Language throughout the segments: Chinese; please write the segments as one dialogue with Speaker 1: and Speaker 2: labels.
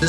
Speaker 1: 时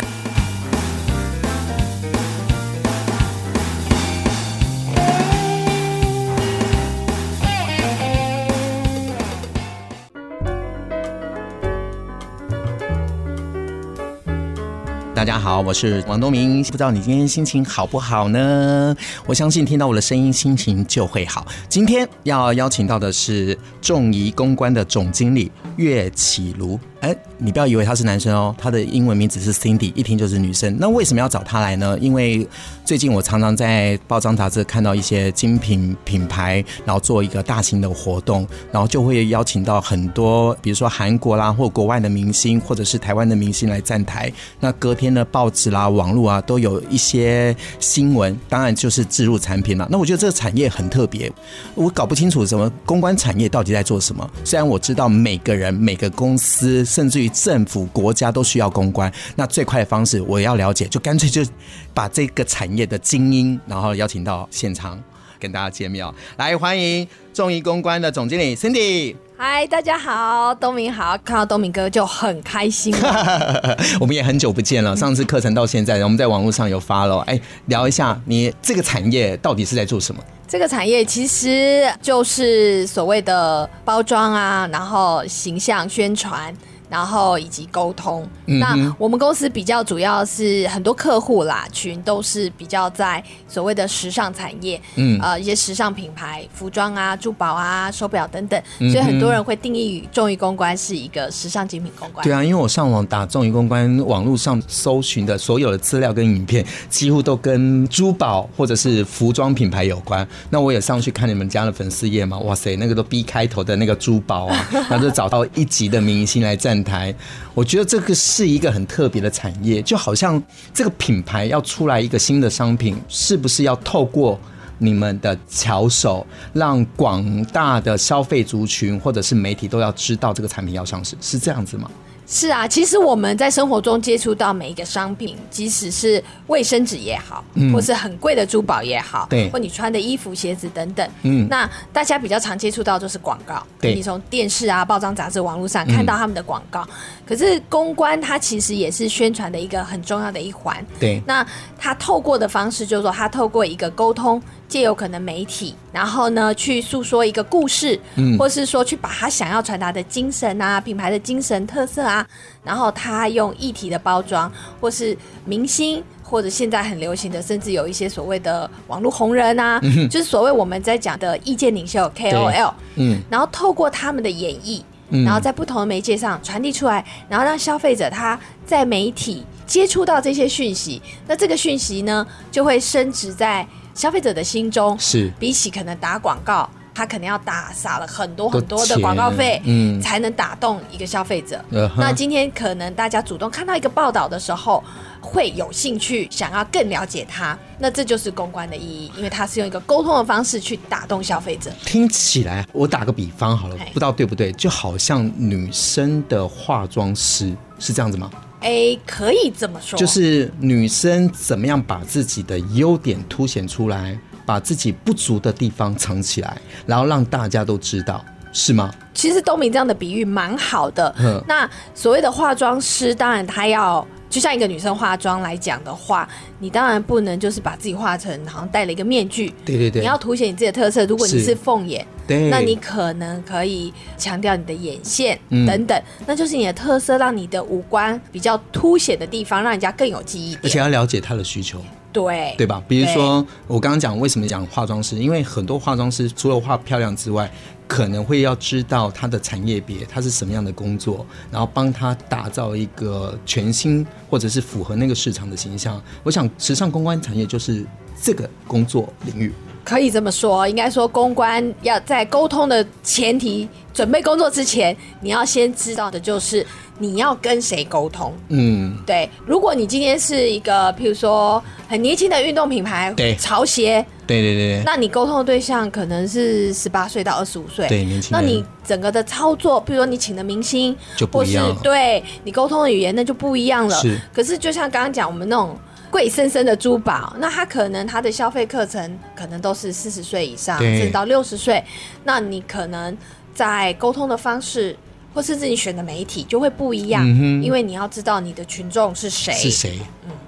Speaker 2: 大家好，我是王东明。不知道你今天心情好不好呢？我相信听到我的声音，心情就会好。今天要邀请到的是众仪公关的总经理岳启如。哎，你不要以为他是男生哦，他的英文名字是 Cindy，一听就是女生。那为什么要找他来呢？因为最近我常常在报章杂志看到一些精品品牌，然后做一个大型的活动，然后就会邀请到很多，比如说韩国啦或国外的明星，或者是台湾的明星来站台。那隔天的报纸啦、网络啊，都有一些新闻，当然就是置入产品了。那我觉得这个产业很特别，我搞不清楚什么公关产业到底在做什么。虽然我知道每个人、每个公司，甚至于政府、国家都需要公关，那最快的方式我要了解，就干脆就把这个产业的精英，然后邀请到现场跟大家见面哦。来，欢迎众仪公关的总经理 Cindy。
Speaker 3: 嗨，大家好，东明好，看到东明哥就很开心 了。
Speaker 2: 我们也很久不见了，上次课程到现在，我们在网络上有发了。哎，聊一下你这个产业到底是在做什么？
Speaker 3: 这个产业其实就是所谓的包装啊，然后形象宣传。然后以及沟通，那我们公司比较主要是很多客户啦群都是比较在所谓的时尚产业，
Speaker 2: 嗯
Speaker 3: 嗯，呃一些时尚品牌、服装啊、珠宝啊、手表等等，所以很多人会定义众仪公关是一个时尚精品公关
Speaker 2: 对。啊，因为我上网打众仪公关，网络上搜寻的所有的资料跟影片，几乎都跟珠宝或者是服装品牌有关。那我也上去看你们家的粉丝页嘛，哇塞，那个都 B 开头的那个珠宝啊，然后就找到一级的明星来站台。我觉得这个是一个很特别的产业，就好像这个品牌要出来一个新的商品，是不是要透过？你们的巧手，让广大的消费族群或者是媒体都要知道这个产品要上市，是这样子吗？
Speaker 3: 是啊，其实我们在生活中接触到每一个商品，即使是卫生纸也好，或是很贵的珠宝也好，
Speaker 2: 嗯对
Speaker 3: 或你穿的衣服、鞋子等等，
Speaker 2: 嗯
Speaker 3: 嗯，那大家比较常接触到就是广告，
Speaker 2: 对嗯
Speaker 3: 你从电视啊、报章、杂志、网络上看到他们的广告。可是公关它其实也是宣传的一个很重要的一环，
Speaker 2: 对，
Speaker 3: 那他透过的方式就是说，他透过一个沟通，借有可能媒体，然后呢去诉说一个故事，
Speaker 2: 嗯
Speaker 3: 或是说去把他想要传达的精神啊、品牌的精神特色啊，然后他用议题的包装，或是明星。或者现在很流行的，甚至有一些所谓的网络红人啊，就是所谓我们在讲的意见领袖 KOL，
Speaker 2: 嗯
Speaker 3: 然后透过他们的演绎，
Speaker 2: 嗯
Speaker 3: 然后在不同的媒介上传递出来，然后让消费者他在媒体接触到这些讯息，那这个讯息呢就会升值在消费者的心中。
Speaker 2: 是
Speaker 3: 比起可能打广告，他可能要打撒了很多
Speaker 2: 多
Speaker 3: 很多的
Speaker 2: 钱
Speaker 3: 广告费，
Speaker 2: 嗯
Speaker 3: 才能打动一个消费者。
Speaker 2: 嗯哼
Speaker 3: 那今天可能大家主动看到一个报道的时候，会有兴趣想要更了解它，那这就是公关的意义，因为它是用一个沟通的方式去打动消费者。
Speaker 2: 听起来，我打个比方好了，
Speaker 3: 嘿
Speaker 2: 不知道对不对，就好像女生的化妆师是这样子吗？
Speaker 3: 哎，可以这么说，
Speaker 2: 就是女生怎么样把自己的优点凸显出来，把自己不足的地方藏起来，然后让大家都知道，是吗？
Speaker 3: 其实东明这样的比喻蛮好的
Speaker 2: 嗯。
Speaker 3: 那所谓的化妆师，当然他要就像一个女生化妆来讲的话，你当然不能就是把自己化成好像戴了一个面具。
Speaker 2: 对对对，
Speaker 3: 你要凸显你自己的特色。如果你
Speaker 2: 是嗯
Speaker 3: 是凤眼，
Speaker 2: 对，
Speaker 3: 那你可能可以强调你的眼线
Speaker 2: 嗯
Speaker 3: 等等，那就是你的特色，让你的五官比较凸显的地方，让人家更有记忆
Speaker 2: 而且
Speaker 3: 点。
Speaker 2: 要了解她的需求。
Speaker 3: 对
Speaker 2: 对吧？比如说我刚刚讲为什么讲化妆师，因为很多化妆师除了画漂亮之外，可能会要知道他的产业别，他是什么样的工作，然后帮他打造一个全新或者是符合那个市场的形象。我想时尚公关产业就是这个工作领域。
Speaker 3: 可以这么说，应该说公关要在沟通的前提，准备工作之前，你要先知道的就是你要跟谁沟通。
Speaker 2: 嗯，
Speaker 3: 对，如果你今天是一个，譬如说很年轻的运动品牌，
Speaker 2: 对
Speaker 3: 潮鞋，
Speaker 2: 对对对对，
Speaker 3: 那你沟通的对象可能是十八岁到二十五岁，
Speaker 2: 对年轻
Speaker 3: 那
Speaker 2: 人
Speaker 3: 你整个的操作，比如说你请的明星，
Speaker 2: 就不
Speaker 3: 或
Speaker 2: 一
Speaker 3: 是
Speaker 2: 样了
Speaker 3: 对你沟通的语言，那就不一样了。
Speaker 2: 是
Speaker 3: 可是就像刚刚讲，我们那种贵生生的珠宝，那它可能它的消费课程可能都是四十岁以上，
Speaker 2: 对
Speaker 3: 甚至到六十岁，那你可能。在沟通的方式，或甚至你选的媒体就会不一样，
Speaker 2: 嗯哼
Speaker 3: 因为你要知道你的群众是谁。
Speaker 2: 是谁？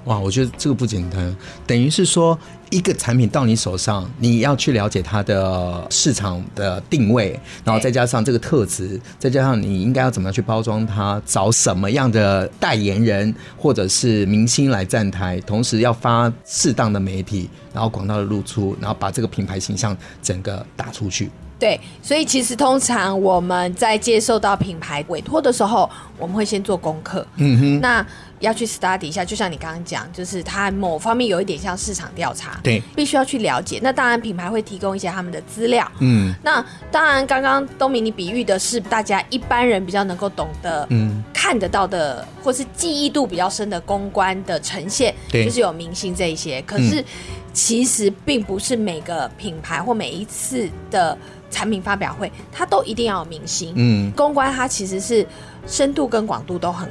Speaker 2: 哇，我觉得这个不简单，等于是说一个产品到你手上，你要去了解它的市场的定位，然后再加上这个特质，再加上你应该要怎么样去包装它，找什么样的代言人或者是明星来站台，同时要发适当的媒体，然后广大的露出，然后把这个品牌形象整个打出去。
Speaker 3: 对，所以其实通常我们在接受到品牌委托的时候，我们会先做功课。
Speaker 2: 嗯哼，
Speaker 3: 那要去 study 一下，就像你刚刚讲，就是它某方面有一点像市场调查，
Speaker 2: 对
Speaker 3: 必须要去了解。那当然，品牌会提供一些他们的资料。
Speaker 2: 嗯
Speaker 3: 那当然，刚刚东明你比喻的是大家一般人比较能够懂得、
Speaker 2: 嗯
Speaker 3: 看得到的，或是记忆度比较深的公关的呈现，
Speaker 2: 对
Speaker 3: 就是有明星这一些。可
Speaker 2: 嗯
Speaker 3: 是其实并不是每个品牌或每一次的产品发表会，它都一定要有明星。
Speaker 2: 嗯，
Speaker 3: 公关它其实是深度跟广度都很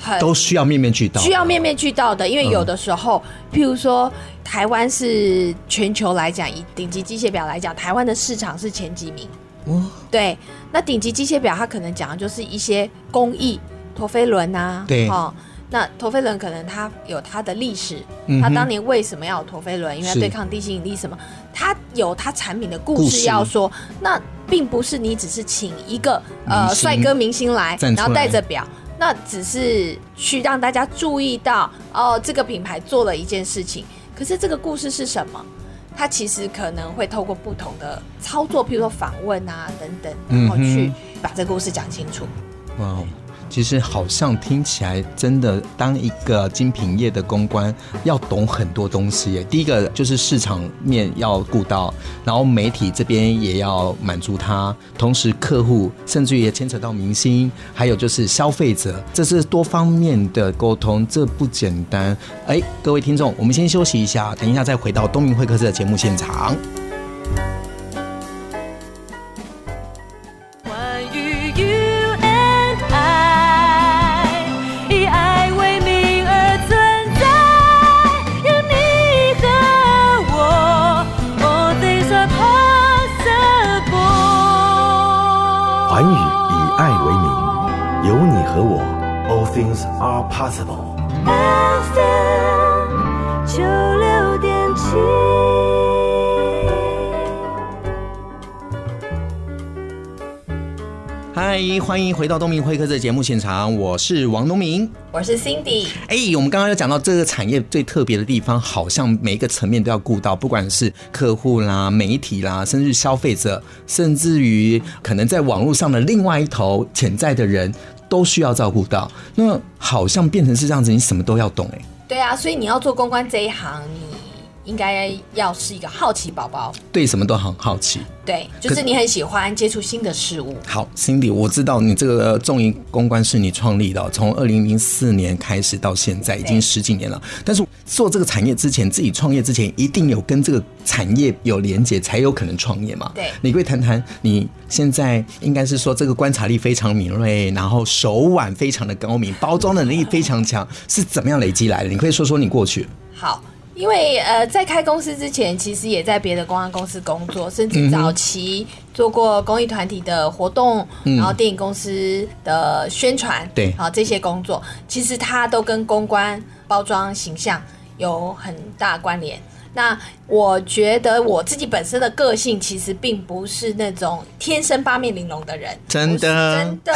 Speaker 3: 很
Speaker 2: 都需要面面俱到，
Speaker 3: 呃需要面面俱到的，因为
Speaker 2: 嗯
Speaker 3: 有的时候，譬如说台湾是全球来讲，以顶级机械表来讲，台湾的市场是前几名。
Speaker 2: 哇
Speaker 3: 对，那顶级机械表它可能讲的就是一些工艺，陀飞轮啊，
Speaker 2: 对
Speaker 3: 哦。那陀飞轮可能它有它的历史，
Speaker 2: 嗯哼
Speaker 3: 它当年为什么要有陀飞轮？因为要
Speaker 2: 是
Speaker 3: 对抗地心引力什么？它有它产品的故
Speaker 2: 故
Speaker 3: 事
Speaker 2: 事
Speaker 3: 要说。那并不是你只是请一个呃
Speaker 2: 明星
Speaker 3: 帅哥明星来，
Speaker 2: 站出来
Speaker 3: 然后带着表，那只是去让大家注意到哦，这个品牌做了一件事情。可是这个故事是什么？它其实可能会透过不同的操作，譬如说访问啊等等，然后去
Speaker 2: 嗯
Speaker 3: 把这个故事讲清楚。
Speaker 2: 哇哦，其实好像听起来真的，当一个精品业的公关要懂很多东西耶。第一个就是市场面要顾到，然后媒体这边也要满足它，同时客户甚至于也牵扯到明星，还有就是消费者，这是多方面的沟通，这不简单。哎，各位听众，我们先休息一下，等一下再回到东明会客室的节目现场。
Speaker 4: 关于 You and I，以爱为名而存在，有你和我，All things are possible。
Speaker 5: 环宇以爱为名，有你和我，All things are possible。
Speaker 4: FM 九六点七。
Speaker 2: 嗨，欢迎回到东明会客室的节目现场，我是王东明。
Speaker 3: 我是 Cindy，
Speaker 2: 哎、我们刚刚有讲到这个产业最特别的地方，好像每一个层面都要顾到，不管是客户啦、媒体啦，甚至消费者，甚至于可能在网络上的另外一头潜在的人，都需要照顾到。那好像变成是这样子，你什么都要懂哎、
Speaker 3: 对啊，所以你要做公关这一行，你应该要是一个好奇宝宝，
Speaker 2: 对什么都很好奇。
Speaker 3: 对，就是你很喜欢接触新的事物。
Speaker 2: 好，Cindy，我知道你这个众盈公关是你创立的哦，从二零零四年开始到现在已经十几年了。但是做这个产业之前，自己创业之前，一定有跟这个产业有连接，才有可能创业嘛。
Speaker 3: 对
Speaker 2: 你可以谈谈你现在应该是说这个观察力非常敏锐，然后手腕非常的高明，包装的能力非常 强，是怎么样累积来的？你可以说说你过去。
Speaker 3: 好，因为呃，在开公司之前，其实也在别的公关公司工作，甚至早
Speaker 2: 嗯
Speaker 3: 期做过公益团体的活动，然后电影公司的宣传，
Speaker 2: 对
Speaker 3: 好这些工作，其实它都跟公关、包装、形象有很大关联。那我觉得我自己本身的个性其实并不是那种天生八面玲珑的人，
Speaker 2: 真的，
Speaker 3: 真的，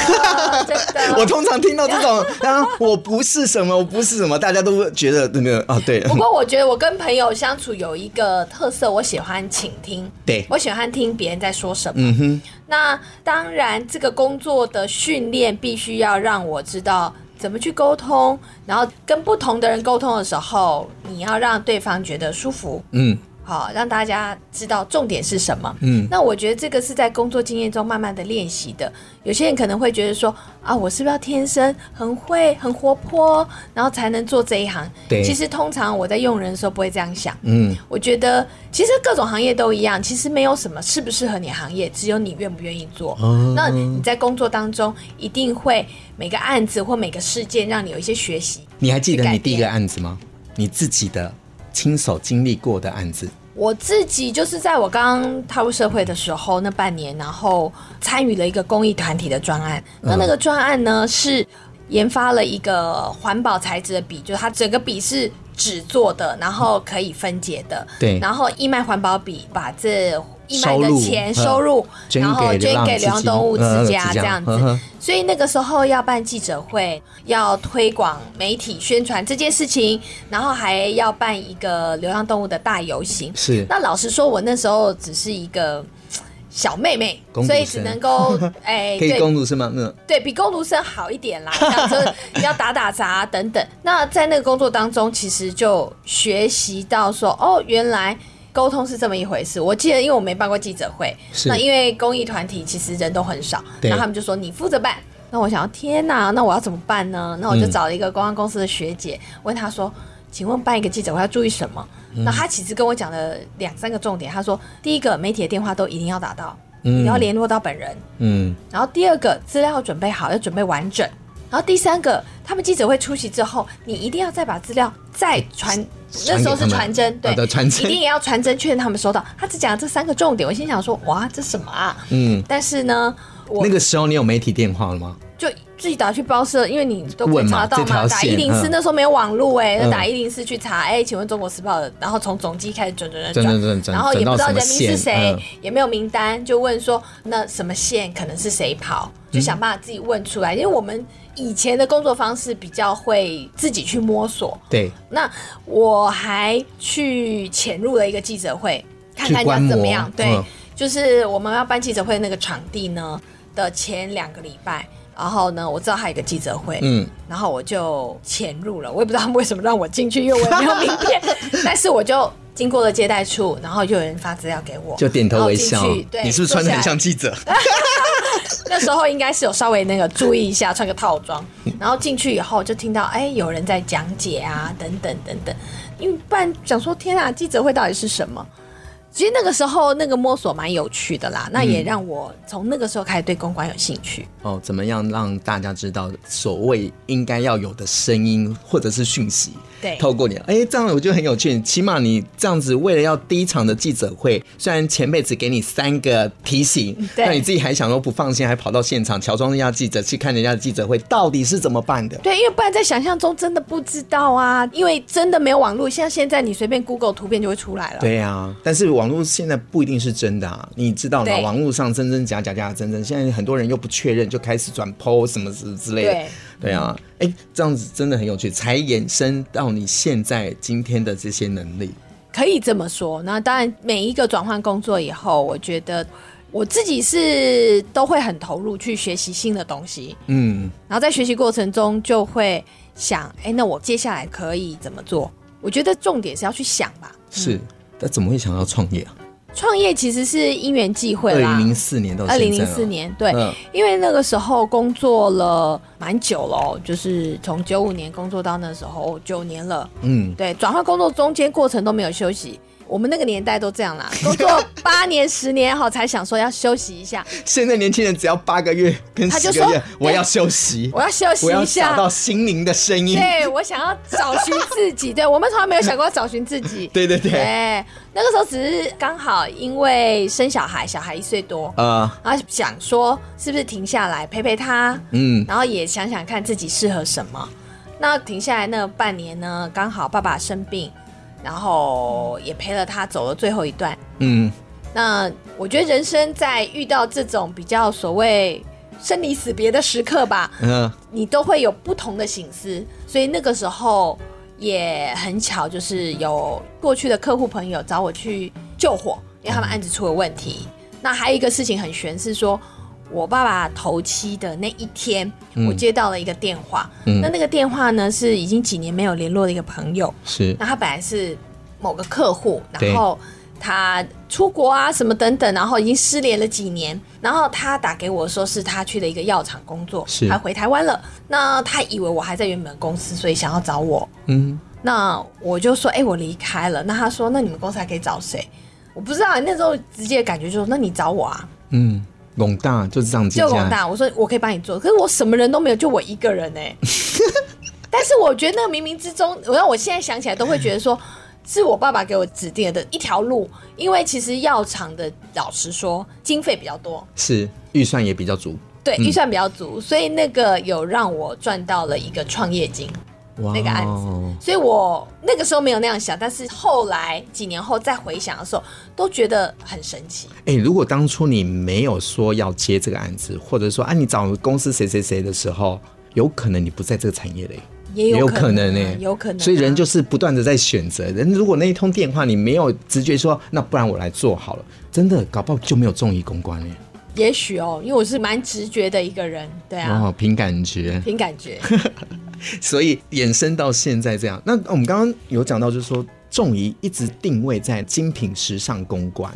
Speaker 3: 真 的
Speaker 2: 我通常听到这 种，啊，我不是什么，我不是什么，大家都会觉得那个啊，对，
Speaker 3: 不过我觉得我跟朋友相处有一个特色，我喜欢倾听，
Speaker 2: 对
Speaker 3: 我喜欢听别人在说什么。
Speaker 2: 嗯哼。
Speaker 3: 那当然，这个工作的训练必须要让我知道怎么去沟通，然后跟不同的人沟通的时候，你要让对方觉得舒服，
Speaker 2: 嗯，
Speaker 3: 好让大家知道重点是什么。
Speaker 2: 嗯
Speaker 3: 那我觉得这个是在工作经验中慢慢的练习的。有些人可能会觉得说啊，我是不是要天生很会、很活泼，然后才能做这一行？
Speaker 2: 对
Speaker 3: 其实通常我在用人的时候不会这样想。
Speaker 2: 嗯，
Speaker 3: 我觉得其实各种行业都一样，其实没有什么适不适合你的行业，只有你愿不愿意做。那你在工作当中一定会每个案子或每个事件让你有一些学习。
Speaker 2: 你还记得
Speaker 3: 去改
Speaker 2: 你
Speaker 3: 变
Speaker 2: 第一个案子吗？你自己的亲手经历过的案子，
Speaker 3: 我自己就是在我刚踏入社会的时候那半年，然后参与了一个公益团体的专案。呃那那个专案呢是研发了一个环保材质的笔，就是它整个笔是纸做的，然后可以分解的。
Speaker 2: 对
Speaker 3: 然后义卖环保笔把这义卖
Speaker 2: 收
Speaker 3: 的
Speaker 2: 入
Speaker 3: 钱
Speaker 2: 嗯
Speaker 3: 收入，
Speaker 2: 捐
Speaker 3: 然后
Speaker 2: 给流
Speaker 3: 捐
Speaker 2: 浪
Speaker 3: 给流浪
Speaker 2: 基金
Speaker 3: 动
Speaker 2: 嗯
Speaker 3: 物之家
Speaker 2: 之家
Speaker 3: 这样
Speaker 2: 嗯哼
Speaker 3: 子。所以那个时候要办记者会，要推广媒体宣传这件事情，然后还要办一个流浪动物的大游行。
Speaker 2: 是
Speaker 3: 那老实说，我那时候只是一个嘖小妹妹
Speaker 2: 公，主
Speaker 3: 所以
Speaker 2: 生
Speaker 3: 只 能够哎、
Speaker 2: 可以
Speaker 3: 对
Speaker 2: 公主是吗？嗯，
Speaker 3: 对比工读生好 一点啦，这样就是要打打杂、等等。那在那个工作当中，其实就学习到说，哦，原来沟通是这么一回事。我记得，因为我没办过记者会，
Speaker 2: 是
Speaker 3: 那因为公益团体其实人都很少，
Speaker 2: 对
Speaker 3: 然后他们就说你负责办。那我想要，天哪，那我要怎么办呢？那我就
Speaker 2: 嗯
Speaker 3: 找了一个公关公司的学姐，问她说。请问办一个记者会要注意什么？
Speaker 2: 嗯
Speaker 3: 那她其实跟我讲了两三个重点。她说，第一个，媒体的电话都一定要打到，你要联络到本人。
Speaker 2: 嗯，
Speaker 3: 然后第二个资料要准备好，要准备完整。然后第三个，他们记者会出席之后，你一定要再把资料再传，那时候是传真，啊对，
Speaker 2: 好的传真
Speaker 3: 一定也要传真确认他们收到。他只讲了这三个重点，我心想说，哇，这什么啊？
Speaker 2: 嗯，
Speaker 3: 但是呢，我
Speaker 2: 那个时候你有媒体电话了吗？
Speaker 3: 就自己打去报社，因为你都可以查得到
Speaker 2: 问嘛这条
Speaker 3: 嘛，打
Speaker 2: 线
Speaker 3: 一零
Speaker 2: 嗯
Speaker 3: 四那时候没有网络哎、
Speaker 2: 嗯
Speaker 3: 就打一零四去查，哎、请问《中国时报》的，然后从总机开始转转
Speaker 2: 转
Speaker 3: 转
Speaker 2: 转转转
Speaker 3: 然后也不知道
Speaker 2: 转到
Speaker 3: 人
Speaker 2: 什么
Speaker 3: 名
Speaker 2: 线
Speaker 3: 是谁
Speaker 2: 嗯，
Speaker 3: 也没有名单，就问说那什么线可能是谁跑，就想办法自己问出来，因为我们以前的工作方式比较会自己去摸索，
Speaker 2: 对，
Speaker 3: 那我还去潜入了一个记者会，看看要怎么样。
Speaker 2: 去观
Speaker 3: 对，
Speaker 2: 摩嗯
Speaker 3: 就是我们要办记者会那个场地呢的前两个礼拜，然后呢，我知道还有一个记者会，
Speaker 2: 嗯，
Speaker 3: 然后我就潜入了，我也不知道他们为什么让我进去，因为我也没有名 片，但是我就。经过了接待处，然后就有人发资料给我，
Speaker 2: 就点
Speaker 3: 然
Speaker 2: 头
Speaker 3: 后
Speaker 2: 微
Speaker 3: 哦进
Speaker 2: 笑
Speaker 3: 去对，。
Speaker 2: 你是不是
Speaker 3: 坐
Speaker 2: 穿的
Speaker 3: 下
Speaker 2: 很
Speaker 3: 来
Speaker 2: 像记者？
Speaker 3: 那时候应该是有稍微那个注意一下，穿个套装，然后进去以后就听到哎、有人在讲解啊，等等等等，因为不然想说天啊，记者会到底是什么？其实那个时候那个摸索蛮有趣的啦，那也让我从那个时候开始对公关有兴趣。
Speaker 2: 哦，怎么样让大家知道所谓应该要有的声音或者是讯息？
Speaker 3: 对
Speaker 2: 透过你，哎、这样我觉得很有趣。起码你这样子，为了要第一场的记者会，虽然前辈只给你三个提醒，
Speaker 3: 嗯对
Speaker 2: 那你自己还想说不放心，还跑到现场乔装人家记者去看人家的记者会到底是怎么办的？
Speaker 3: 对，因为不然在想象中真的不知道啊，因为真的没有网络，像现在你随便 Google 图片就会出来了。
Speaker 2: 对啊，但是网络现在不一定是真的啊，你知道吗？
Speaker 3: 对
Speaker 2: 网络上真真假假，假假真真，现在很多人又不确认，就开始转 PO 什么之之类的。
Speaker 3: 对
Speaker 2: 啊，哎、这样子真的很有趣，才延伸到你现在今天的这些能力。
Speaker 3: 可以这么说。那当然，每一个转换工作以后，我觉得我自己是都会很投入去学习新的东西，
Speaker 2: 嗯，
Speaker 3: 然后在学习过程中就会想，哎、那我接下来可以怎么做？我觉得重点是要去想吧。
Speaker 2: 是。那怎么会想要创业啊？
Speaker 3: 创业其实是因缘际会
Speaker 2: 二
Speaker 3: 啦
Speaker 2: 零。零四年到
Speaker 3: 二
Speaker 2: 现在啊
Speaker 3: 零
Speaker 2: 了
Speaker 3: 零四，年，对，
Speaker 2: 嗯
Speaker 3: 因为那个时候工作了蛮久了哦，就是从九五年工作到那时候九年了，
Speaker 2: 嗯，
Speaker 3: 对，转换工作中间过程都没有休息。我们那个年代都这 样啦，工作八年、十年后才想说要休息 一下，
Speaker 2: 现在年轻人只要八个月跟
Speaker 3: 他
Speaker 2: 十
Speaker 3: 就
Speaker 2: 个月
Speaker 3: 说，哎
Speaker 2: 我要休息，
Speaker 3: 我要休息
Speaker 2: 我要
Speaker 3: 一
Speaker 2: 找
Speaker 3: 下。
Speaker 2: 到心灵的声音。
Speaker 3: 对，我想要找寻自 己。对我们从来没有想过要找寻自己。
Speaker 2: 对对对
Speaker 3: 对，那个时候只是刚好因为生小孩，小孩一岁多，
Speaker 2: 啊，
Speaker 3: 然后想说是不是停下来陪陪他，
Speaker 2: 嗯，
Speaker 3: 然后也想想看自己适合什么。那停下来那半年呢，刚好爸爸生病，然后也陪了他走了最后一段。
Speaker 2: 嗯，
Speaker 3: 那我觉得人生在遇到这种比较所谓生离死别的时刻吧，
Speaker 2: 嗯，
Speaker 3: 你都会有不同的醒思，所以那个时候也很巧，就是有过去的客户朋友找我去救火，因为他们案子出了问题。那还有一个事情很悬，是说我爸爸头七的那一天，我接到了一个电话，那那个电话呢是已经几年没有联络的一个朋友，
Speaker 2: 是，
Speaker 3: 那他本来是某个客户，
Speaker 2: 对
Speaker 3: 然后他出国啊什么等等，然后已经失联了几年，然后他打给我说是他去了一个药厂工作
Speaker 2: 是，
Speaker 3: 他回台湾了。那他以为我还在原本公司，所以想要找我。
Speaker 2: 嗯，
Speaker 3: 那我就说，哎、我离开了。那他说，那你们公司还可以找谁？我不知道，那时候直接的感觉就是说，那你找我啊，
Speaker 2: 嗯，广大就是这样子。
Speaker 3: 就广，大，我说我可以帮你做，可是我什么人欸都没有，就我一个 人哎、但是我觉得那个冥冥之中，我让我现在想起来都会觉得说，是我爸爸给我指定的一条路，因为其实药厂的老实说经费比较多，
Speaker 2: 是预算也比较足。
Speaker 3: 对预算比较足，所以那个有让我赚到了一个创业金。
Speaker 2: 哇
Speaker 3: 那个案
Speaker 2: 子
Speaker 3: 所以我那个时候没有那样想，但是后来几年后再回想的时候，都觉得很神奇。
Speaker 2: 哎、如果当初你没有说要接这个案子，或者说啊，你找公司谁谁谁的时候，有可能你不在这个产业嘞。
Speaker 3: 也有
Speaker 2: 可能呢、欸
Speaker 3: 啊有可能啊。
Speaker 2: 所以人就是不断的在选择。人如果那一通电话你没有直觉说，那不然我来做好了，真的搞不好就没有中医公关欸嘞、
Speaker 3: 也许哦，因为我是蛮直觉的一个人，对啊，
Speaker 2: 哦，凭感觉，
Speaker 3: 凭感觉。
Speaker 2: 所以衍生到现在这样。那我们刚刚有讲到，就是说仲仪一直定位在精品时尚公关，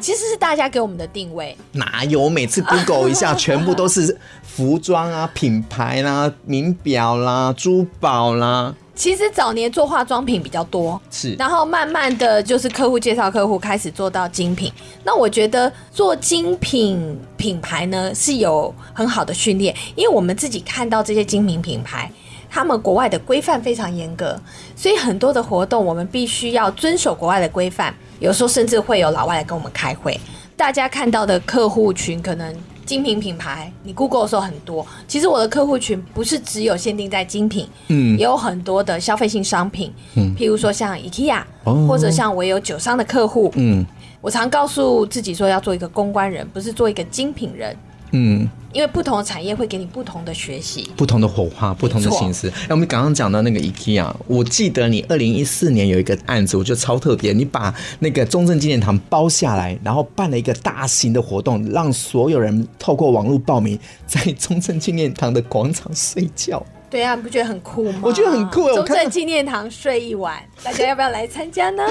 Speaker 3: 其实是大家给我们的定位，
Speaker 2: 哪有每次 Google 一下，全部都是服装啊、品牌啦、名表啦、珠宝啦，
Speaker 3: 其实早年做化妆品比较多，
Speaker 2: 是
Speaker 3: 然后慢慢的就是客户介绍客户开始做到精品。那我觉得做精品品牌呢是有很好的训练，因为我们自己看到这些精品品牌。他们国外的规范非常严格，所以很多的活动我们必须要遵守国外的规范。有时候甚至会有老外来跟我们开会。大家看到的客户群可能精品品牌，你 Google 的时候很多。其实我的客户群不是只有限定在精品，
Speaker 2: 嗯
Speaker 3: 也有很多的消费性商品，
Speaker 2: 嗯
Speaker 3: 譬如说像 IKEA，、
Speaker 2: 哦
Speaker 3: 或者像我有酒商的客户，
Speaker 2: 嗯
Speaker 3: 我常告诉自己说要做一个公关人，不是做一个精品人，
Speaker 2: 嗯。
Speaker 3: 因为不同的产业会给你不同的学习。
Speaker 2: 不同的火花，不同的形式。哎，我们刚刚讲到那个 IKEA，我记得你二零一四年有一个案子，我觉得超特别，你把那个中正纪念堂包下来，然后办了一个大型的活动，让所有人透过网络报名，在中正纪念堂的广场睡觉。
Speaker 3: 对啊，你不觉得很酷吗？
Speaker 2: 我觉得很酷哎我
Speaker 3: 中
Speaker 2: 看到
Speaker 3: 正纪念堂睡一晚，大家要不要来参 加呢？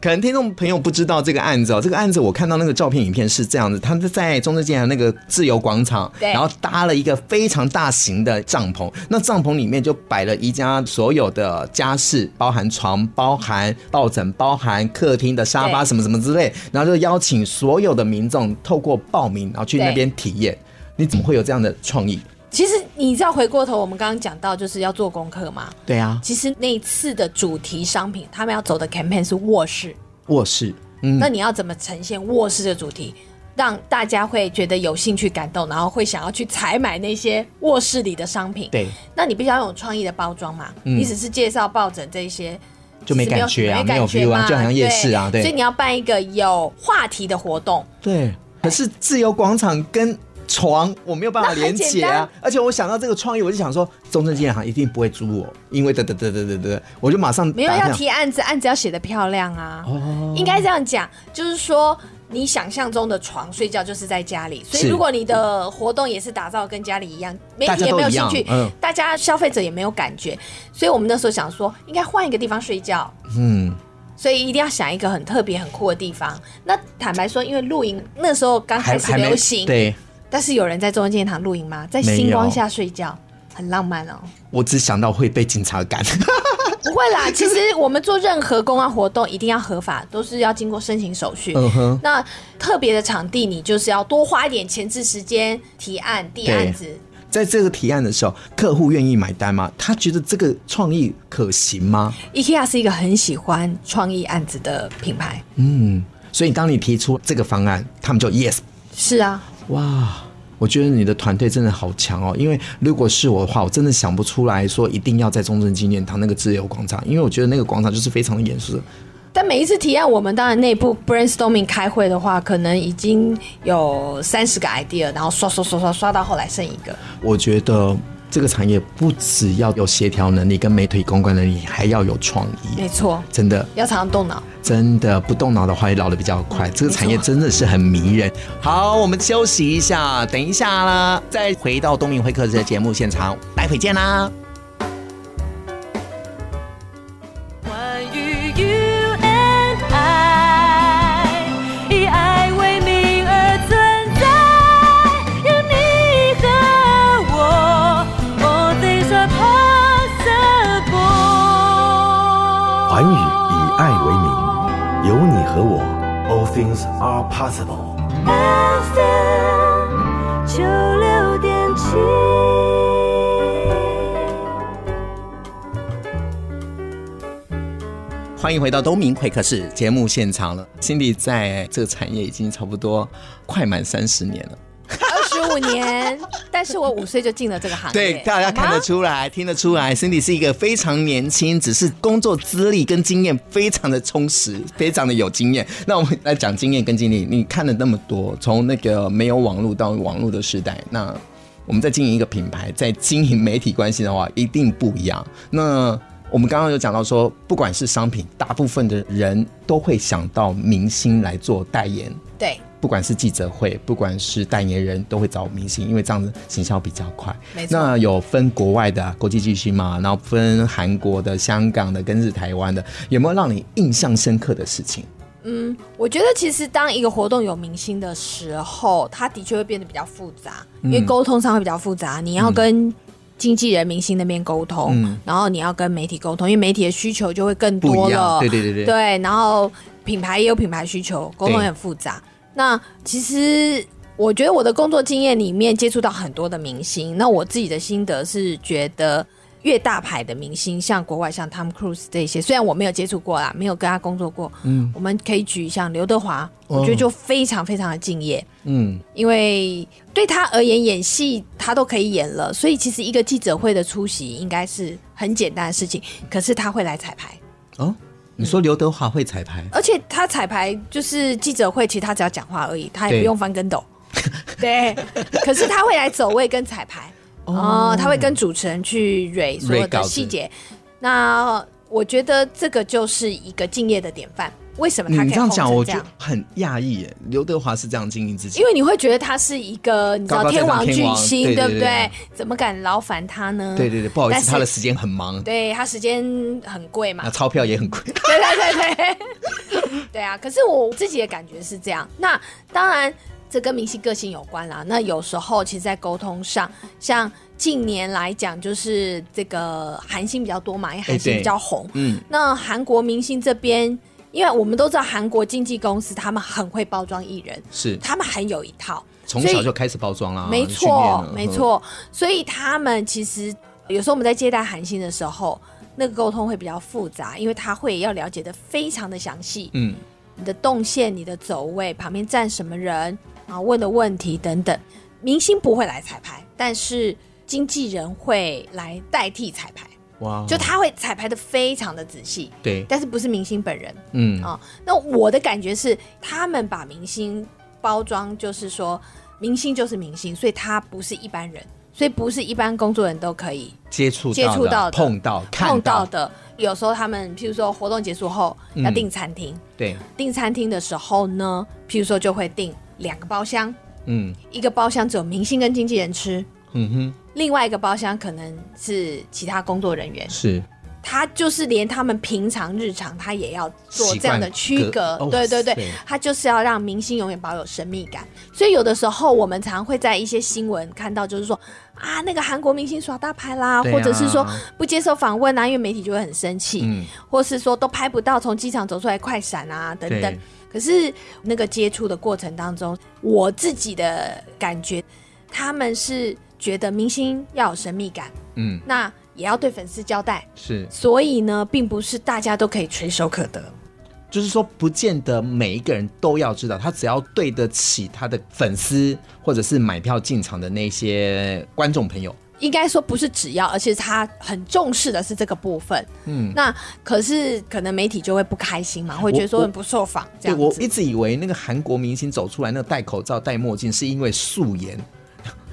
Speaker 2: 可能听众朋友不知道这个案子哦，这个案子我看到那个照片影片是这样子，他们在中正纪念堂那个自由广场，
Speaker 3: 对
Speaker 2: 然后搭了一个非常大型的帐篷，那帐篷里面就摆了宜家所有的家饰，包含床、包含抱枕、包含客厅的沙发
Speaker 3: 对
Speaker 2: 什么什么之类，然后就邀请所有的民众透过报名，然后去
Speaker 3: 对
Speaker 2: 那边体验。你怎么会有这样的创意？
Speaker 3: 其实你知道，回过头我们刚刚讲到，就是要做功课嘛。
Speaker 2: 对啊，
Speaker 3: 其实那一次的主题商品，他们要走的 campaign 是卧室，
Speaker 2: 卧室，嗯
Speaker 3: 那你要怎么呈现卧室的主题，让大家会觉得有兴趣、感动，然后会想要去采买那些卧室里的商品？
Speaker 2: 对，
Speaker 3: 那你必须要有创意的包装嘛。
Speaker 2: 嗯
Speaker 3: 你只是介绍抱枕这一些。
Speaker 2: 就没
Speaker 3: 其实
Speaker 2: 感觉啊
Speaker 3: 没有
Speaker 2: 没有 feel 啊
Speaker 3: 嘛
Speaker 2: 就好像夜市啊对
Speaker 3: 所以你要办一个有话题的活动，
Speaker 2: 对，可是自由广场跟床我没有办法连接
Speaker 3: 那很
Speaker 2: 啊
Speaker 3: 简，
Speaker 2: 而且我想到这个创意，我就想说，中正纪念堂一定不会租我，因为得得得得得得，我就马上
Speaker 3: 没有
Speaker 2: 打
Speaker 3: 要
Speaker 2: 电话
Speaker 3: 提案子，案子要写的漂亮啊。
Speaker 2: 哦
Speaker 3: 应该这样讲，就是说你想象中的床睡觉就是在家里，所以
Speaker 2: 是
Speaker 3: 如果你的活动也是打造跟家里一样，媒
Speaker 2: 大
Speaker 3: 体
Speaker 2: 家
Speaker 3: 也
Speaker 2: 都
Speaker 3: 没有
Speaker 2: 一
Speaker 3: 兴
Speaker 2: 样
Speaker 3: 趣，
Speaker 2: 嗯
Speaker 3: 大家消费者也没有感觉，所以我们那时候想说，应该换一个地方睡觉。
Speaker 2: 嗯，
Speaker 3: 所以一定要想一个很特别、很酷的地方。那坦白说，因为露营那时候刚开始
Speaker 2: 没
Speaker 3: 流行，
Speaker 2: 对。
Speaker 3: 但是有人在中央纪念堂露营吗？在
Speaker 2: 没有
Speaker 3: 星光下睡觉，很浪漫哦。
Speaker 2: 我只想到会被警察 赶，
Speaker 3: 不会 啦，其实我们做任何公关活动一定要合法，都是要经过申请手续。
Speaker 2: 嗯哼
Speaker 3: 那特别的场地，你就是要多花一点前置时间提案、递案子。
Speaker 2: 在这个提案的时候，客户愿意买单吗？他觉得这个创意可行吗？
Speaker 3: IKEA 是一个很喜欢创意案子的品牌。
Speaker 2: 嗯，所以当你提出这个方案，他们就 yes
Speaker 3: 是啊，
Speaker 2: 哇，我觉得你的团队真的好强哦！因为如果是我的话，我真的想不出来说一定要在中正纪念堂那个自由广场，因为我觉得那个广场就是非常的严肃的。
Speaker 3: 但每一次提案，我们当然内部 brainstorming 开会的话，可能已经有三十个 idea，然后刷刷刷刷刷到后来剩一个。
Speaker 2: 我觉得这个产业不只要有协调能力跟媒体公关能力，还要有创意。
Speaker 3: 没错，
Speaker 2: 真的，
Speaker 3: 要常常动脑。
Speaker 2: 真的不动脑的话，也老得比较快。这个产业
Speaker 3: 没错
Speaker 2: 真的是很迷人。好，我们休息一下，等一下啦，再回到东明会客室的节目现场，待会见啦。
Speaker 4: 关于 You and I，以爱为名而存在，有你和我，All things are possible。
Speaker 5: 环宇以爱为名，有你和我，All things are possible。
Speaker 4: FM 九六点七。
Speaker 2: 欢迎回到东明会客室节目现场了。辛迪在这个产业已经差不多快满三十年了。
Speaker 3: 二十五年， 但是我五岁就进了这个行业，嗯
Speaker 2: 对，大家看得出来、听得出来，Cindy 是一个非常年轻，只是工作资历跟经验非常的充实，非常的有经验。那我们来讲经验跟经历，你看了那么多，从那个没有网络到网络的时代，那我们在经营一个品牌，在经营媒体关系的话，一定不一样。那我们刚刚有讲到说，不管是商品，大部分的人都会想到明星来做代言，
Speaker 3: 对，
Speaker 2: 不管是记者会，不管是代言人，都会找明星，因为这样子行销比较快。
Speaker 3: 没错
Speaker 2: 那有分国外的、啊、国际巨星嘛，然后分韩国的、香港的，跟日台湾的，有没有让你印象深刻的事情？
Speaker 3: 我觉得其实当一个活动有明星的时候，它的确会变得比较复杂，
Speaker 2: 嗯
Speaker 3: 因为沟通上会比较复杂，你要跟。经纪人、明星那边沟通，
Speaker 2: 嗯
Speaker 3: 然后你要跟媒体沟通，因为媒体的需求就会更
Speaker 2: 不
Speaker 3: 多
Speaker 2: 一样
Speaker 3: 了。
Speaker 2: 对对对对
Speaker 3: 对，然后品牌也有品牌需求，沟通
Speaker 2: 对
Speaker 3: 也很复杂。那其实我觉得我的工作经验里面接触到很多的明星，那我自己的心得是觉得。越大牌的明星，像国外像 Tom Cruise 这些，虽然我没有接触过啦，没有跟他工作过，嗯，我们可以举像刘德华，我觉得就非常非常的敬业，
Speaker 2: 嗯，
Speaker 3: 因为对他而言，演戏他都可以演了，所以其实一个记者会的出席应该是很简单的事情。可是他会来彩排，
Speaker 2: 哦，你说刘德华会彩排，
Speaker 3: 而且他彩排就是记者会，其实他只要讲话而已，他也
Speaker 2: 对
Speaker 3: 不用翻跟斗。对，可是他会来走位跟彩排哦、他会跟主持人去蕊所有
Speaker 2: 蕊稿
Speaker 3: 的
Speaker 2: 子
Speaker 3: 细节。那我觉得这个就是一个敬业的典范。为什么嗯他可
Speaker 2: 嗯
Speaker 3: 以
Speaker 2: 你这样
Speaker 3: 红
Speaker 2: 讲，
Speaker 3: 成
Speaker 2: 我
Speaker 3: 这
Speaker 2: 觉得很讶异耶。刘德华是这样经营自己，
Speaker 3: 因为你会觉得他是一个你知
Speaker 2: 高
Speaker 3: 道
Speaker 2: 高在
Speaker 3: 天
Speaker 2: 上
Speaker 3: 王
Speaker 2: 天
Speaker 3: 巨
Speaker 2: 王
Speaker 3: 星，
Speaker 2: 对对
Speaker 3: 不
Speaker 2: 对
Speaker 3: 对
Speaker 2: 对？
Speaker 3: 怎么敢劳烦他呢？
Speaker 2: 对对对，不好意
Speaker 3: 嗯但
Speaker 2: 思，
Speaker 3: 是
Speaker 2: 他的时间很忙，
Speaker 3: 对他时间很贵嘛
Speaker 2: 那，钞票也很贵。
Speaker 3: 对对对对，对啊。可是我自己的感觉是这样。那当然，这跟明星个性有关啦。那有时候其实，在沟通上，像近年来讲，就是这个韩星比较多嘛，因为韩星
Speaker 2: 对
Speaker 3: 比较红。
Speaker 2: 嗯，
Speaker 3: 那韩国明星这边，因为我们都知道韩国经纪公司他们很会包装艺人，
Speaker 2: 是
Speaker 3: 他们很有一套，
Speaker 2: 从
Speaker 3: 所以
Speaker 2: 小就开始包装啦，
Speaker 3: 没
Speaker 2: 训练啊嗯
Speaker 3: 错
Speaker 2: 了，
Speaker 3: 没。错。所以他们其实有时候我们在接待韩星的时候，那个沟通会比较复杂，因为他会要了解的非常的详细，
Speaker 2: 嗯，
Speaker 3: 你的动线、你的走位、旁边站什么人啊、问的问题等等。明星不会来彩排，但是经纪人会来代替彩排，
Speaker 2: 哇，哦
Speaker 3: 就他会彩排的非常的仔细，
Speaker 2: 对，
Speaker 3: 但是不是明星本人。
Speaker 2: 嗯，
Speaker 3: 啊、那我的感觉是，他们把明星包装，就是说明星就是明星，所以他不是一般人，所以不是一般工作人都可以
Speaker 2: 接触
Speaker 3: 接触
Speaker 2: 的
Speaker 3: 到的
Speaker 2: 碰到、看
Speaker 3: 碰到的。有时候他们，譬如说活动结束后
Speaker 2: 嗯
Speaker 3: 要订餐厅，
Speaker 2: 对，
Speaker 3: 订餐厅的时候呢，譬如说就会订两个包厢，
Speaker 2: 嗯
Speaker 3: 一个包厢只有明星跟经纪人吃，
Speaker 2: 嗯哼，
Speaker 3: 另外一个包厢可能是其他工作人员。
Speaker 2: 是
Speaker 3: 他就是连他们平常日常他也要做
Speaker 2: 习惯
Speaker 3: 这样的区隔，
Speaker 2: 隔哦
Speaker 3: 对对
Speaker 2: 哇
Speaker 3: 对
Speaker 2: 塞，
Speaker 3: 他就是要让明星永远保有神秘感。所以有的时候我们常会在一些新闻看到，就是说啊，那个韩国明星耍大牌啦，
Speaker 2: 对啊
Speaker 3: 或者是说不接受访问啊，因为媒体就会很生气，
Speaker 2: 嗯
Speaker 3: 或是说都拍不到，从机场走出来快闪啊等等
Speaker 2: 对。
Speaker 3: 可是那个接触的过程当中，我自己的感觉，他们是觉得明星要有神秘感，
Speaker 2: 嗯
Speaker 3: 那也要对粉丝交代。
Speaker 2: 是，
Speaker 3: 所以呢，并不是大家都可以垂手可得。
Speaker 2: 就是说，不见得每一个人都要知道，他只要对得起他的粉丝或者是买票进场的那些观众朋友，
Speaker 3: 应该说不是只要，而且他很重视的是这个部分。嗯，那可是可能媒体就会不开心嘛，会觉得说
Speaker 2: 我
Speaker 3: 很不受访
Speaker 2: 对
Speaker 3: 这样
Speaker 2: 我
Speaker 3: 子
Speaker 2: 一。直以为那个韩国明星走出来，那个戴口罩、戴墨镜是因为素颜。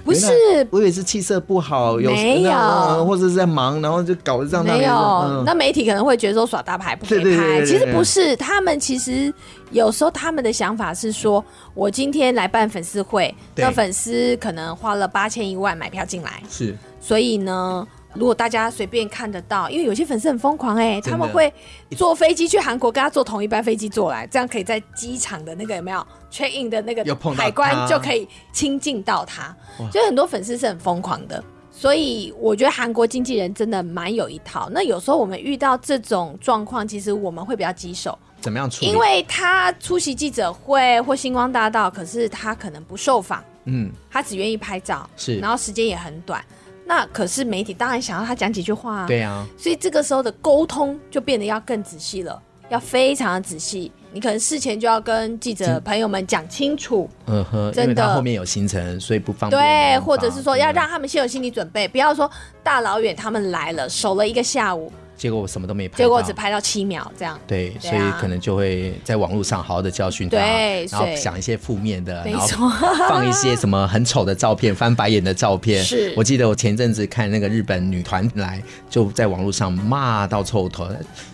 Speaker 3: 不是
Speaker 2: 原来我以为是气色不好，有
Speaker 3: 没有
Speaker 2: 那嗯或者是在忙，然后就搞得这样那样
Speaker 3: 没有，
Speaker 2: 嗯
Speaker 3: 那媒体可能会觉得说耍大牌不可以拍，
Speaker 2: 对对对对对
Speaker 3: 其实不是。他们其实有时候他们的想法是说，我今天来办粉丝会，
Speaker 2: 对
Speaker 3: 那粉丝可能花了八千一万买票进来，
Speaker 2: 是
Speaker 3: 所以呢，如果大家随便看得到，因为有些粉丝很疯狂
Speaker 2: 真
Speaker 3: 哎、
Speaker 2: 的
Speaker 3: 他们会坐飞机去韩国，跟他坐同一班飞机坐来，这样可以在机场的那个有没有 check in 的那
Speaker 2: 有
Speaker 3: 个
Speaker 2: 碰到他
Speaker 3: 海关就可以亲近到他，所以很多粉丝是很疯狂的。所以我觉得韩国经纪人真的蛮有一套。那有时候我们遇到这种状况，其实我们会比较棘手，
Speaker 2: 怎么样处理？
Speaker 3: 因为他出席记者会或星光大道，可是他可能不受访，
Speaker 2: 嗯，
Speaker 3: 他只愿意拍照，
Speaker 2: 是
Speaker 3: 然后时间也很短。那可是媒体当然想要他讲几句话啊，
Speaker 2: 对啊，
Speaker 3: 所以这个时候的沟通就变得要更仔细了。要非常的仔细，你可能事前就要跟记者朋友们讲清楚，
Speaker 2: 嗯哼，因
Speaker 3: 真
Speaker 2: 为他
Speaker 3: 的
Speaker 2: 后面有行程，所以不方便
Speaker 3: 对，
Speaker 2: 研发。
Speaker 3: 或者是说要
Speaker 2: 嗯
Speaker 3: 让他们先有心理准备，不要说大老远他们来了，守了一个下午，
Speaker 2: 结果我什么都没拍到，
Speaker 3: 结果只拍到七秒这样。
Speaker 2: 对，
Speaker 3: 对
Speaker 2: 所
Speaker 3: 啊
Speaker 2: 以可能就会在网络上好好的教训他，
Speaker 3: 对
Speaker 2: 然后
Speaker 3: 所以
Speaker 2: 想一些负面的，
Speaker 3: 没
Speaker 2: 然后
Speaker 3: 错
Speaker 2: 放一些什么很丑的照片、翻白眼的照片。
Speaker 3: 是
Speaker 2: 我记得我前阵子看那个日本女团来，就在网络上骂到臭头。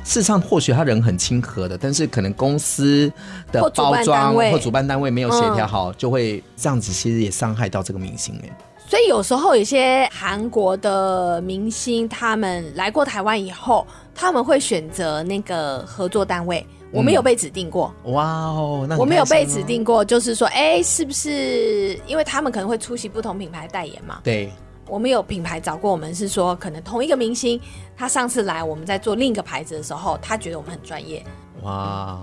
Speaker 2: 事实上，或许他人很亲和的，但是可能公司的
Speaker 3: 或主办
Speaker 2: 包装
Speaker 3: 单位嗯
Speaker 2: 或主办单位没有协调好，就会这样子，其实也伤害到这个明星哎。
Speaker 3: 所以有时候有些韩国的明星，他们来过台湾以后，他们会选择那个合作单位。我们有被指定过，
Speaker 2: 哇哦，那很
Speaker 3: 我们有
Speaker 2: 开
Speaker 3: 被
Speaker 2: 心哦
Speaker 3: 指。定过，就是说，哎、是不是因为他们可能会出席不同品牌代言嘛？
Speaker 2: 对，
Speaker 3: 我们有品牌找过我们，是说可能同一个明星，他上次来我们在做另一个牌子的时候，他觉得我们很专业，
Speaker 2: 哇，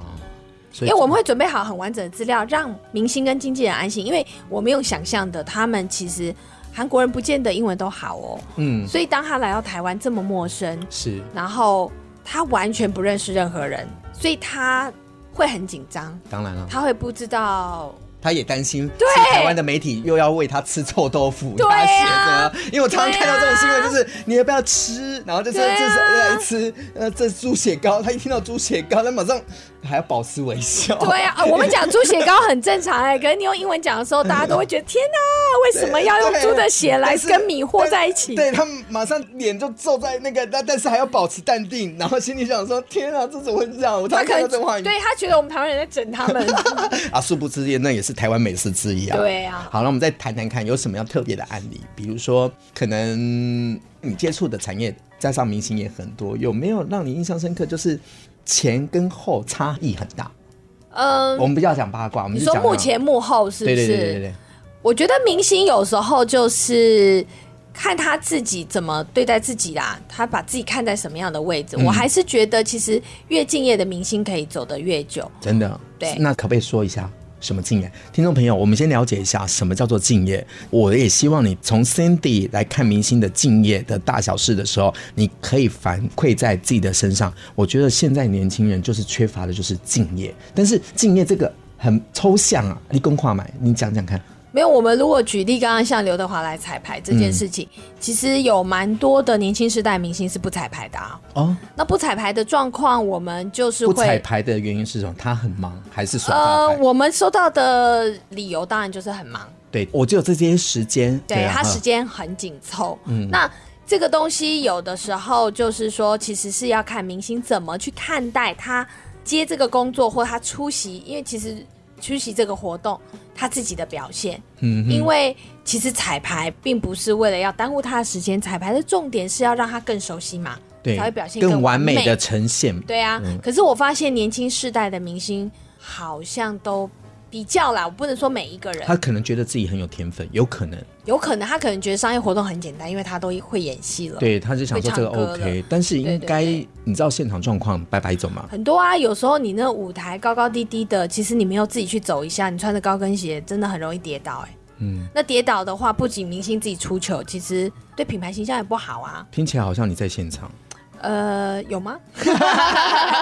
Speaker 2: 所
Speaker 3: 因为我们会准备好很完整的资料，让明星跟经纪人安心，因为我们用想象的，他们其实韩国人不见得英文都好哦，
Speaker 2: 嗯
Speaker 3: 所以当他来到台湾这么陌生，
Speaker 2: 是
Speaker 3: 然后他完全不认识任何人，所以他会很紧张，
Speaker 2: 当然了。
Speaker 3: 他会不知道。
Speaker 2: 他也担心，
Speaker 3: 对
Speaker 2: 是台湾的媒体又要喂他吃臭豆腐，
Speaker 3: 对
Speaker 2: 他写
Speaker 3: 啊
Speaker 2: 的，因为我常常看到这种新闻，
Speaker 3: 对啊
Speaker 2: 就是、你要不要吃，然后就是、
Speaker 3: 对啊
Speaker 2: 这是来吃，呃，这是猪血糕，他一听到猪血糕，他马上还要保持微笑，
Speaker 3: 对啊，呃我们讲猪血糕很正常哎、可是你用英文讲的时候，大家都会觉得天哪，为什么要用
Speaker 2: 对
Speaker 3: 猪的血来
Speaker 2: 但是
Speaker 3: 跟米和在一起？
Speaker 2: 对他马上脸就皱在那个，但但是还要保持淡定，然后心里想说：天啊，这怎么会这样？我常
Speaker 3: 他
Speaker 2: 常看到
Speaker 3: 可能
Speaker 2: 这种画面，
Speaker 3: 对他觉得我们台湾人在整他们。
Speaker 2: 啊，殊不知那也是台湾美食之一啊。
Speaker 3: 对啊
Speaker 2: 好，那我们再谈谈看有什么样特别的案例，比如说可能你接触的产业，加上明星也很多，有没有让你印象深刻？就是前跟后差异很大。
Speaker 3: 嗯，
Speaker 2: 我们不要讲八卦，我们
Speaker 3: 你
Speaker 2: 就
Speaker 3: 说
Speaker 2: 讲啊
Speaker 3: 幕前幕后是不
Speaker 2: 对
Speaker 3: 是？
Speaker 2: 对对对对对，
Speaker 3: 我觉得明星有时候就是看他自己怎么对待自己啦，他把自己看在什么样的位
Speaker 2: 嗯
Speaker 3: 置。我还是觉得，其实越敬业的明星可以走得越久。
Speaker 2: 真的。
Speaker 3: 对
Speaker 2: 那可不可以说一下？什么敬业？听众朋友，我们先了解一下什么叫做敬业。我也希望你从 Cindy 来看明星的敬业的大小事的时候，你可以反馈在自己的身上。我觉得现在年轻人就是缺乏的就是敬业，但是敬业这个很抽象啊。你公话买，你讲讲看。
Speaker 3: 没有，我们如果举例，刚刚像刘德华来彩排这
Speaker 2: 嗯
Speaker 3: 件事情，其实有蛮多的年轻时代明星是不彩排的啊。
Speaker 2: 哦，
Speaker 3: 那不彩排的状况，我们就是
Speaker 2: 不
Speaker 3: 会
Speaker 2: 彩排的原因是什么？他很忙，还是耍大
Speaker 3: 呃
Speaker 2: 牌？，
Speaker 3: 我们收到的理由当然就是很忙，
Speaker 2: 对我只有这些时间。
Speaker 3: 对
Speaker 2: 啊
Speaker 3: 他时
Speaker 2: 嗯
Speaker 3: 间很紧凑。那这个东西有的时候就是说，其实是要看明星怎么去看待他接这个工作或他出席，因为其实出席这个活动他自己的表现。嗯，因为其实彩排并不是为了要耽误他的时间，彩排的重点是要让他更熟悉嘛，
Speaker 2: 对
Speaker 3: 才会表现
Speaker 2: 更完
Speaker 3: 美
Speaker 2: 美的嗯呈现。
Speaker 3: 对啊，可是我发现年轻世代的明星好像都比较啦，我不能说每一个人
Speaker 2: 他，可能觉得自己很有天分，有可能。
Speaker 3: 有可能他可能觉得商业活动很简单，因为他都会演戏了。，
Speaker 2: 对，他就想说这个
Speaker 3: 会唱歌
Speaker 2: OK，
Speaker 3: 了
Speaker 2: 但是应该
Speaker 3: 对对
Speaker 2: 你知道现场状况，拜拜走嘛。
Speaker 3: 很多啊，有时候你那舞台高高低低的，其实你没有自己去走一下，你穿着高跟鞋真的很容易跌倒、哎，嗯，那跌倒的话，不仅明星自己出糗，其实对品牌形象也不好啊。
Speaker 2: 听起来好像你在现 场，
Speaker 3: 呃，有吗？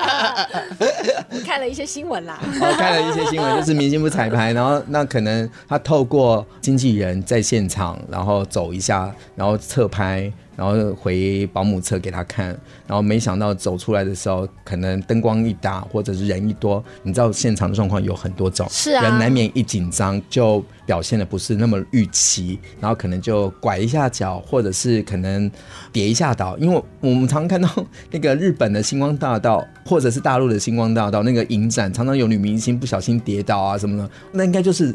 Speaker 3: 我看了一些新闻啦。
Speaker 2: 我、看哦了一些新闻，就是明星不彩排，然后那可能他透过经纪人在现场，然后走一下，然后侧拍，然后回保姆车给他看，然后没想到走出来的时候，可能灯光一打，或者是人一多，你知道现场的状况有很多种，
Speaker 3: 是啊
Speaker 2: 人难免一紧张就表现的不是那么预期，然后可能就拐一下脚，或者是可能跌一下倒，因为我们常看到那个日本的星光大道，或者是大陆的星光大道那个影展，常常有女明星不小心跌倒啊什么的，那应该就是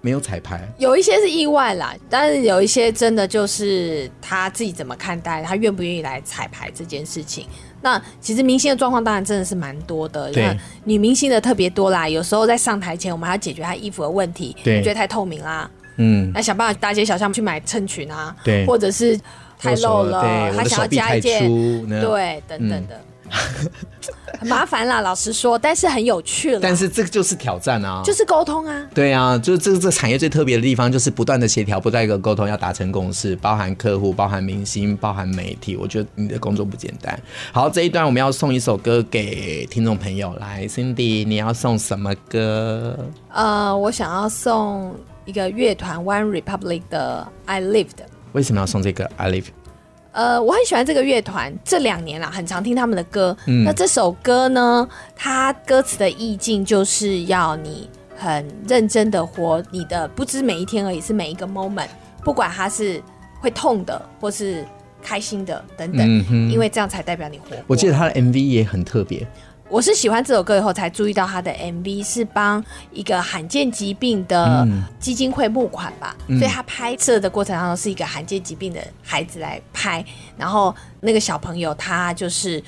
Speaker 2: 没有彩排，
Speaker 3: 有一些是意外啦，但是有一些真的就是他自己怎么看待，他愿不愿意来彩排这件事情。那其实明星的状况当然真的是蛮多的，
Speaker 2: 对
Speaker 3: 那女明星的特别多啦。有时候在上台前，我们还要解决她衣服的问题，
Speaker 2: 对
Speaker 3: 觉得太透明啦，
Speaker 2: 嗯，
Speaker 3: 那想办法大街小巷去买衬裙啊，
Speaker 2: 对
Speaker 3: 或者是太露了，
Speaker 2: 对，我
Speaker 3: 她
Speaker 2: 的
Speaker 3: 想
Speaker 2: 手
Speaker 3: 要
Speaker 2: 臂
Speaker 3: 加
Speaker 2: 太
Speaker 3: 一件，
Speaker 2: 粗，那嗯
Speaker 3: 对，等等的。 很麻烦啦，老实说，但是很有趣了，
Speaker 2: 但是这个就是挑战啊，
Speaker 3: 就是沟通啊，
Speaker 2: 对啊，就是这个这个产业最特别的地方，就是不断的协调，不断一个沟通，要达成共识，包含客户，包含明星，包含媒体。我觉得你的工作不简单。好，这一段我们要送一首歌给听众朋友，来，Cindy，你要送什么歌？
Speaker 3: 呃，我想要送一个乐团 One Republic 的《I Lived》。
Speaker 2: 为什么要送这个 I Live？
Speaker 3: 呃，我很喜欢这个乐团，这两年啦，很常听他们的歌。
Speaker 2: 嗯
Speaker 3: 那这首歌呢，它歌词的意境就是要你很认真的活你的，不止每一天而已，是每一个 moment，不管它是会痛的，或是开心的等等，因为这样才代表你活过。
Speaker 2: 嗯我记得他的 MV 也很特别，
Speaker 3: 我是喜欢这首歌以后才注意到他的 MV 是帮一个罕见疾病的
Speaker 2: 嗯
Speaker 3: 基金会募款吧，所以他拍摄的过程当中是一个罕见疾病的孩子来拍，然后那个小朋友他就是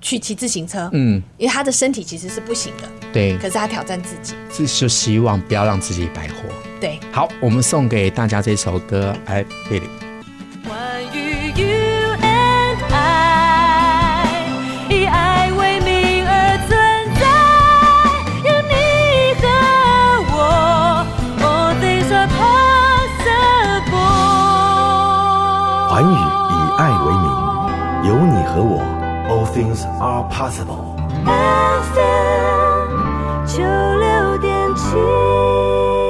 Speaker 3: 去骑自行车，
Speaker 2: 嗯，
Speaker 3: 因为他的身体其实是不行的，
Speaker 2: 对
Speaker 3: 可，是他挑战自己，
Speaker 2: 这就希望不要让自己白活。
Speaker 3: 对，
Speaker 2: 好，我们送给大家这首歌，I Live。
Speaker 4: 关于 you and I，以爱为名而存在，有你和我，All things are possible。
Speaker 5: 环宇以爱为名，有你和我，All things are possible。
Speaker 4: FM 九六点七。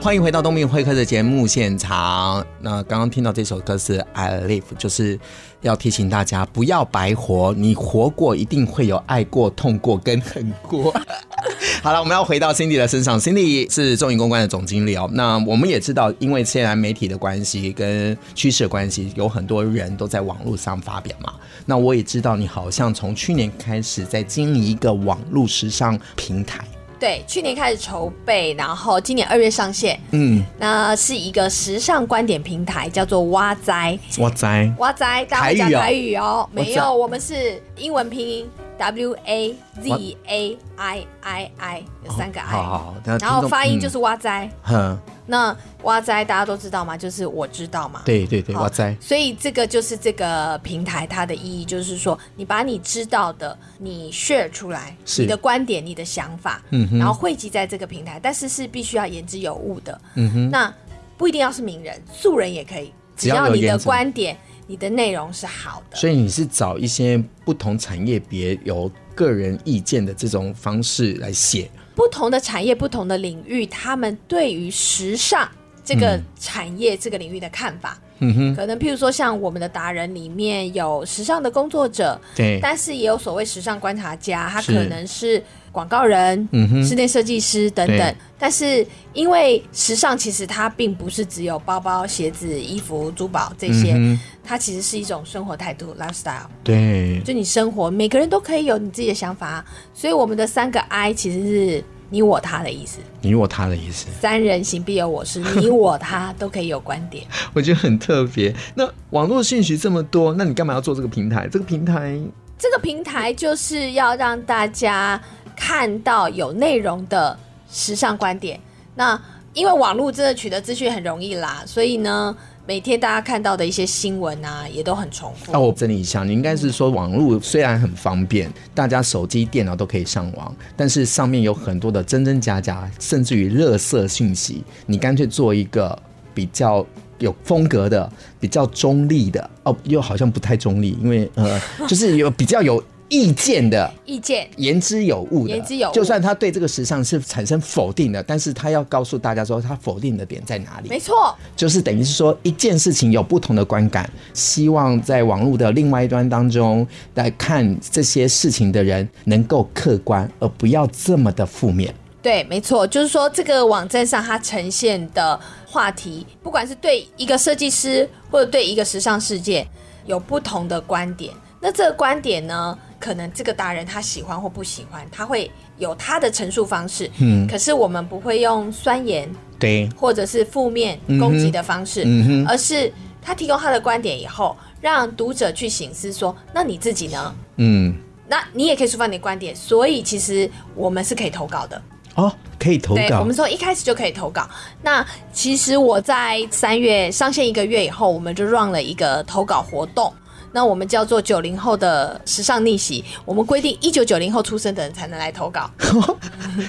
Speaker 2: 欢迎回到东明会客的节目现场。那刚刚听到这首歌是《I Live》，就是要提醒大家不要白活，你活过一定会有爱过、痛过跟恨过。 好了，我们要回到 Cindy 的身上。Cindy 是中影公关的总经理哦。那我们也知道，因为现在媒体的关系跟趋势的关系，有很多人都在网络上发表嘛。那我也知道，你好像从去年开始在经营一个网络时尚平台。
Speaker 3: 对，去年开始筹备，然后今年二月上线，
Speaker 2: 嗯，
Speaker 3: 那是一个时尚观点平台，叫做哇哉，
Speaker 2: 哇塞，
Speaker 3: 哇塞，大家会讲
Speaker 2: 台
Speaker 3: 台
Speaker 2: 语
Speaker 3: 语哦，
Speaker 2: 我知
Speaker 3: 没有，我们是英文拼音 W A Z A I I I 有三个 I，、
Speaker 2: 好好好那
Speaker 3: 然后
Speaker 2: 听众
Speaker 3: 发音
Speaker 2: 嗯
Speaker 3: 就是哇塞。
Speaker 2: 哼，
Speaker 3: 那哇塞，大家都知道嘛，就是我知道嘛，
Speaker 2: 对对对，
Speaker 3: 好
Speaker 2: 哇塞。
Speaker 3: 所以这个就是这个平台它的意义，就是说你把你知道的你 share 出来，
Speaker 2: 是
Speaker 3: 你的观点、你的想法，
Speaker 2: 嗯哼
Speaker 3: 然后汇集在这个平台，但是是必须要言之有物的。
Speaker 2: 嗯
Speaker 3: 那不一定要是名人，素人也可以，
Speaker 2: 只
Speaker 3: 只
Speaker 2: 要有
Speaker 3: 要你
Speaker 2: 言
Speaker 3: 的
Speaker 2: 之
Speaker 3: 观点、你的内容是好的。
Speaker 2: 所以你是找一些不同产业别有个人意见的这种方式来写，
Speaker 3: 不同的产业、不同的领域，他们对于时尚这
Speaker 2: 嗯
Speaker 3: 个产业、这个领域的看法。嗯哼，可能譬如说，像我们的达人里面有时尚的工作者，
Speaker 2: 对
Speaker 3: 但是也有所谓时尚观察家，他
Speaker 2: 是
Speaker 3: 可能是广告人、
Speaker 2: 嗯哼
Speaker 3: 室内设计师等
Speaker 2: 对
Speaker 3: 等。但是因为时尚其实它并不是只有包包、鞋子、衣服、珠宝这些，
Speaker 2: 嗯
Speaker 3: 它其实是一种生活态度 （lifestyle）。
Speaker 2: 对，
Speaker 3: 就你生活，每个人都可以有你自己的想法啊。所以我们的三个 I 其实是你我他的意思，
Speaker 2: 你我他的意思，
Speaker 3: 三人行必有我师，你我他都可以有观点。
Speaker 2: 我觉得很特别。那网络信息这么多，那你干嘛要做这个平台？这个平台
Speaker 3: 这个平台就是要让大家看到有内容的时尚观点。那因为网络真的取得资讯很容易啦，所以呢，每天大家看到的一些新闻啊，也都很重复。
Speaker 2: 啊，我整理一下，你应该是说网络虽然很方便，大家手机、电脑都可以上网，但是上面有很多的真真假假，甚至于垃圾讯息，你干脆做一个比较。有风格的，比较中立的哦，又好像不太中立，因为呃，就是有比较有意见的，
Speaker 3: 意见
Speaker 2: 言之有物的，
Speaker 3: 言之有物
Speaker 2: 就算他对这个时尚是产生否定的，但是他要告诉大家说他否定的点在哪里。
Speaker 3: 没错，
Speaker 2: 就是等于是说一件事情有不同的观感，希望在网络的另外一端当中来看这些事情的人能够客观，而不要这么的负面。
Speaker 3: 对，没错，就是说这个网站上它呈现的话题，不管是对一个设计师或者对一个时尚事件，有不同的观点。那这个观点呢，可能这个达人他喜欢或不喜欢，他会有他的陈述方式。嗯，可是我们不会用酸言
Speaker 2: 对，
Speaker 3: 或者是负面攻击的方式，而是他提供他的观点以后，让读者去醒思说，那你自己呢？
Speaker 2: 嗯，
Speaker 3: 那你也可以抒发你的观点，所以其实我们是可以投稿的。
Speaker 2: 哦，可
Speaker 6: 可以投
Speaker 3: 对，我
Speaker 6: 稿
Speaker 3: 们，说一开始就可以投稿。那其实我在三月上线一个月以后，我们就 run 了一个投稿活动。那我们叫做九零后的时尚逆袭，我们规定一九九零后出生的人才能来投稿。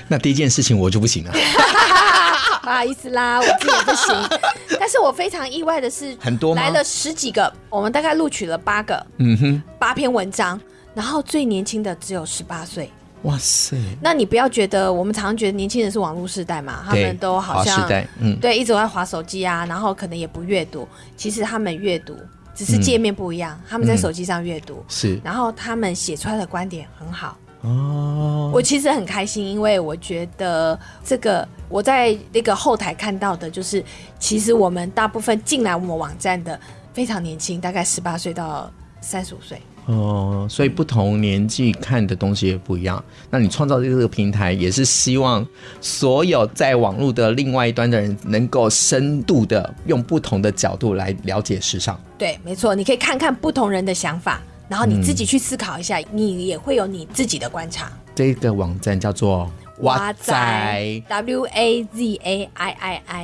Speaker 2: 那第一件事情我就不行了，
Speaker 3: 不好意思啦，我自己也不行。但是我非常意外的是，
Speaker 2: 很多吗
Speaker 3: 来了十几个，我们大概录取了八个，嗯哼，八篇文章，然后最年轻的只有十八岁。
Speaker 2: 哇塞，
Speaker 3: 那你不要觉得我们常常觉得年轻人是网络世代嘛，他
Speaker 2: 对
Speaker 3: 们都好像
Speaker 2: 划时代嗯
Speaker 3: 对，一直在划手机啊，然后可能也不阅读。其实他们阅读，只是界面不一样，他们
Speaker 2: 嗯
Speaker 3: 在手机上阅读，
Speaker 2: 是
Speaker 3: 然后他们写出来的观点很好。
Speaker 2: 哦，
Speaker 3: 我其实很开心，因为我觉得这个我在那个后台看到的，就是其实我们大部分进来我们网站的非常年轻，大概十八岁到三十五岁。
Speaker 2: 哦，所以不同年纪看的东西也不一样。那你创造这个平台，也是希望所有在网络的另外一端的人，能够深度的用不同的角度来了解时尚。
Speaker 3: 对，没错，你可以看看不同人的想法，然后你自己去思考一下，你也会有你自己的观察。
Speaker 2: 这个网站叫做
Speaker 3: ，W A Z A I I I，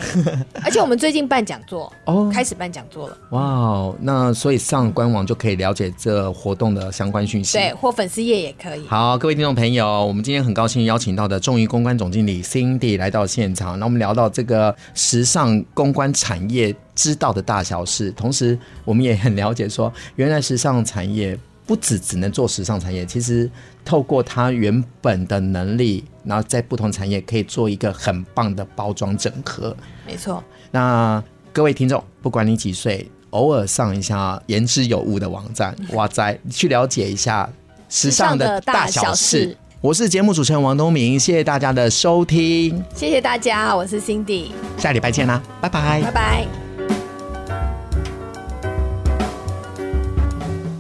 Speaker 3: 而且我们最近办讲座，
Speaker 2: 哦
Speaker 3: 开始办讲座了，
Speaker 2: 哇哦，那所以上官网就可以了解这活动的相关讯息。
Speaker 3: 对，或粉丝页也可以。
Speaker 2: 好，各位听众朋友，我们今天很高兴邀请到的众仪公关总经理 Cindy 来到现场。那我们聊到这个时尚公关产业知道的大小事，同时我们也很了解说，原来时尚产业不只只能做时尚产业，其实透过它原本的能力，然后在不同产业可以做一个很棒的包装整合。
Speaker 3: 没错，
Speaker 2: 那各位听众，不管你几岁，偶尔上一下言之有物的网站，哇塞，去了解一下时尚的大小
Speaker 3: 时尚的大小
Speaker 2: 事
Speaker 3: 事。
Speaker 2: 我是节目主持人王东明，谢谢大家的收听，
Speaker 3: 谢谢大家，我是 Cindy，
Speaker 2: 下礼拜见啦，拜拜
Speaker 3: 拜拜。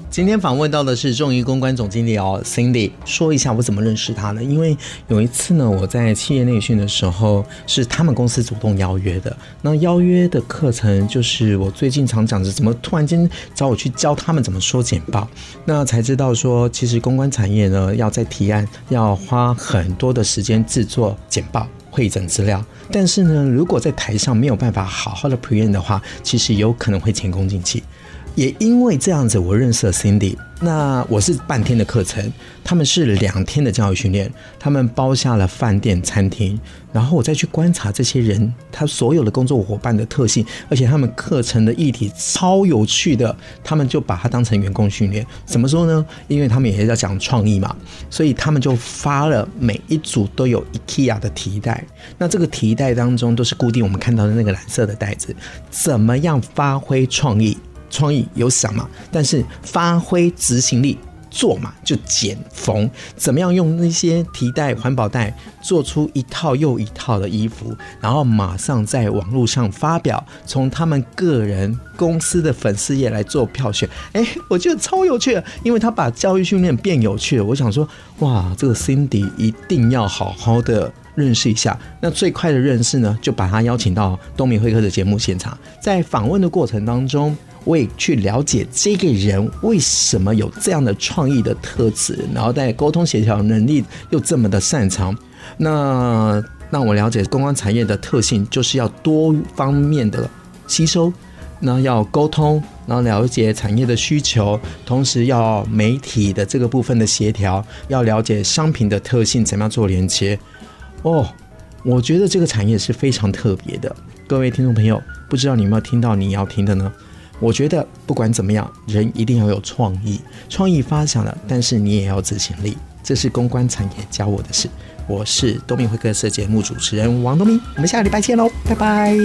Speaker 2: 今天访问到的是众仪公关总经理哦，Cindy，说一下我怎么认识他的。因为有一次呢，我在企业内训的时候，是他们公司主动邀约的。那邀约的课程就是我最近常讲的，怎么突然间找我去教他们怎么说简报，那才知道说，其实公关产业呢，要在提案要花很多的时间制作简报。会诊资料，但是呢，如果在台上没有办法好好的 present 的话，其实有可能会前功尽弃。也因为这样子，我认识了 Cindy。那我是半天的课程，他们是两天的教育训练，他们包下了饭店、餐厅，然后我再去观察这些人，他所有的工作伙伴的特性，而且他们课程的议题超有趣的，他们就把它当成员工训练。怎么说呢？因为他们也是要讲创意嘛，所以他们就发了每一组都有 IKEA 的提袋，那这个提袋当中都是固定我们看到的那个蓝色的袋子，怎么样发挥创意？创意有想嘛，但是发挥执行力。做嘛就减缝，怎么样用那些提袋、环保袋做出一套又一套的衣服，然后马上在网络上发表，从他们个人公司的粉丝页来做票选。哎，我觉得超有趣的，因为他把教育训练变有趣了。我想说，哇，这个 Cindy 一定要好好的认识一下。那最快的认识呢，就把他邀请到东明会客的节目现场。在访问的过程当中，我也去了解这个人为什么有这样的创意的特质，然后在沟通协调能力又这么的擅长。那让我了解观光产业的特性，就是要多方面的吸收。那要沟通，然后了解产业的需求，同时要媒体的这个部分的协调，要了解商品的特性，怎么样做连接。哦，我觉得这个产业是非常特别的。各位听众朋友，不知道你有没有听到你要听的呢？我觉得不管怎么样，人一定要有创意，创意发想了，但是你也要有执行力，这是公关产业教我的事。我是东明会客室节目主持人王东明，我们下个礼拜见喽，拜拜。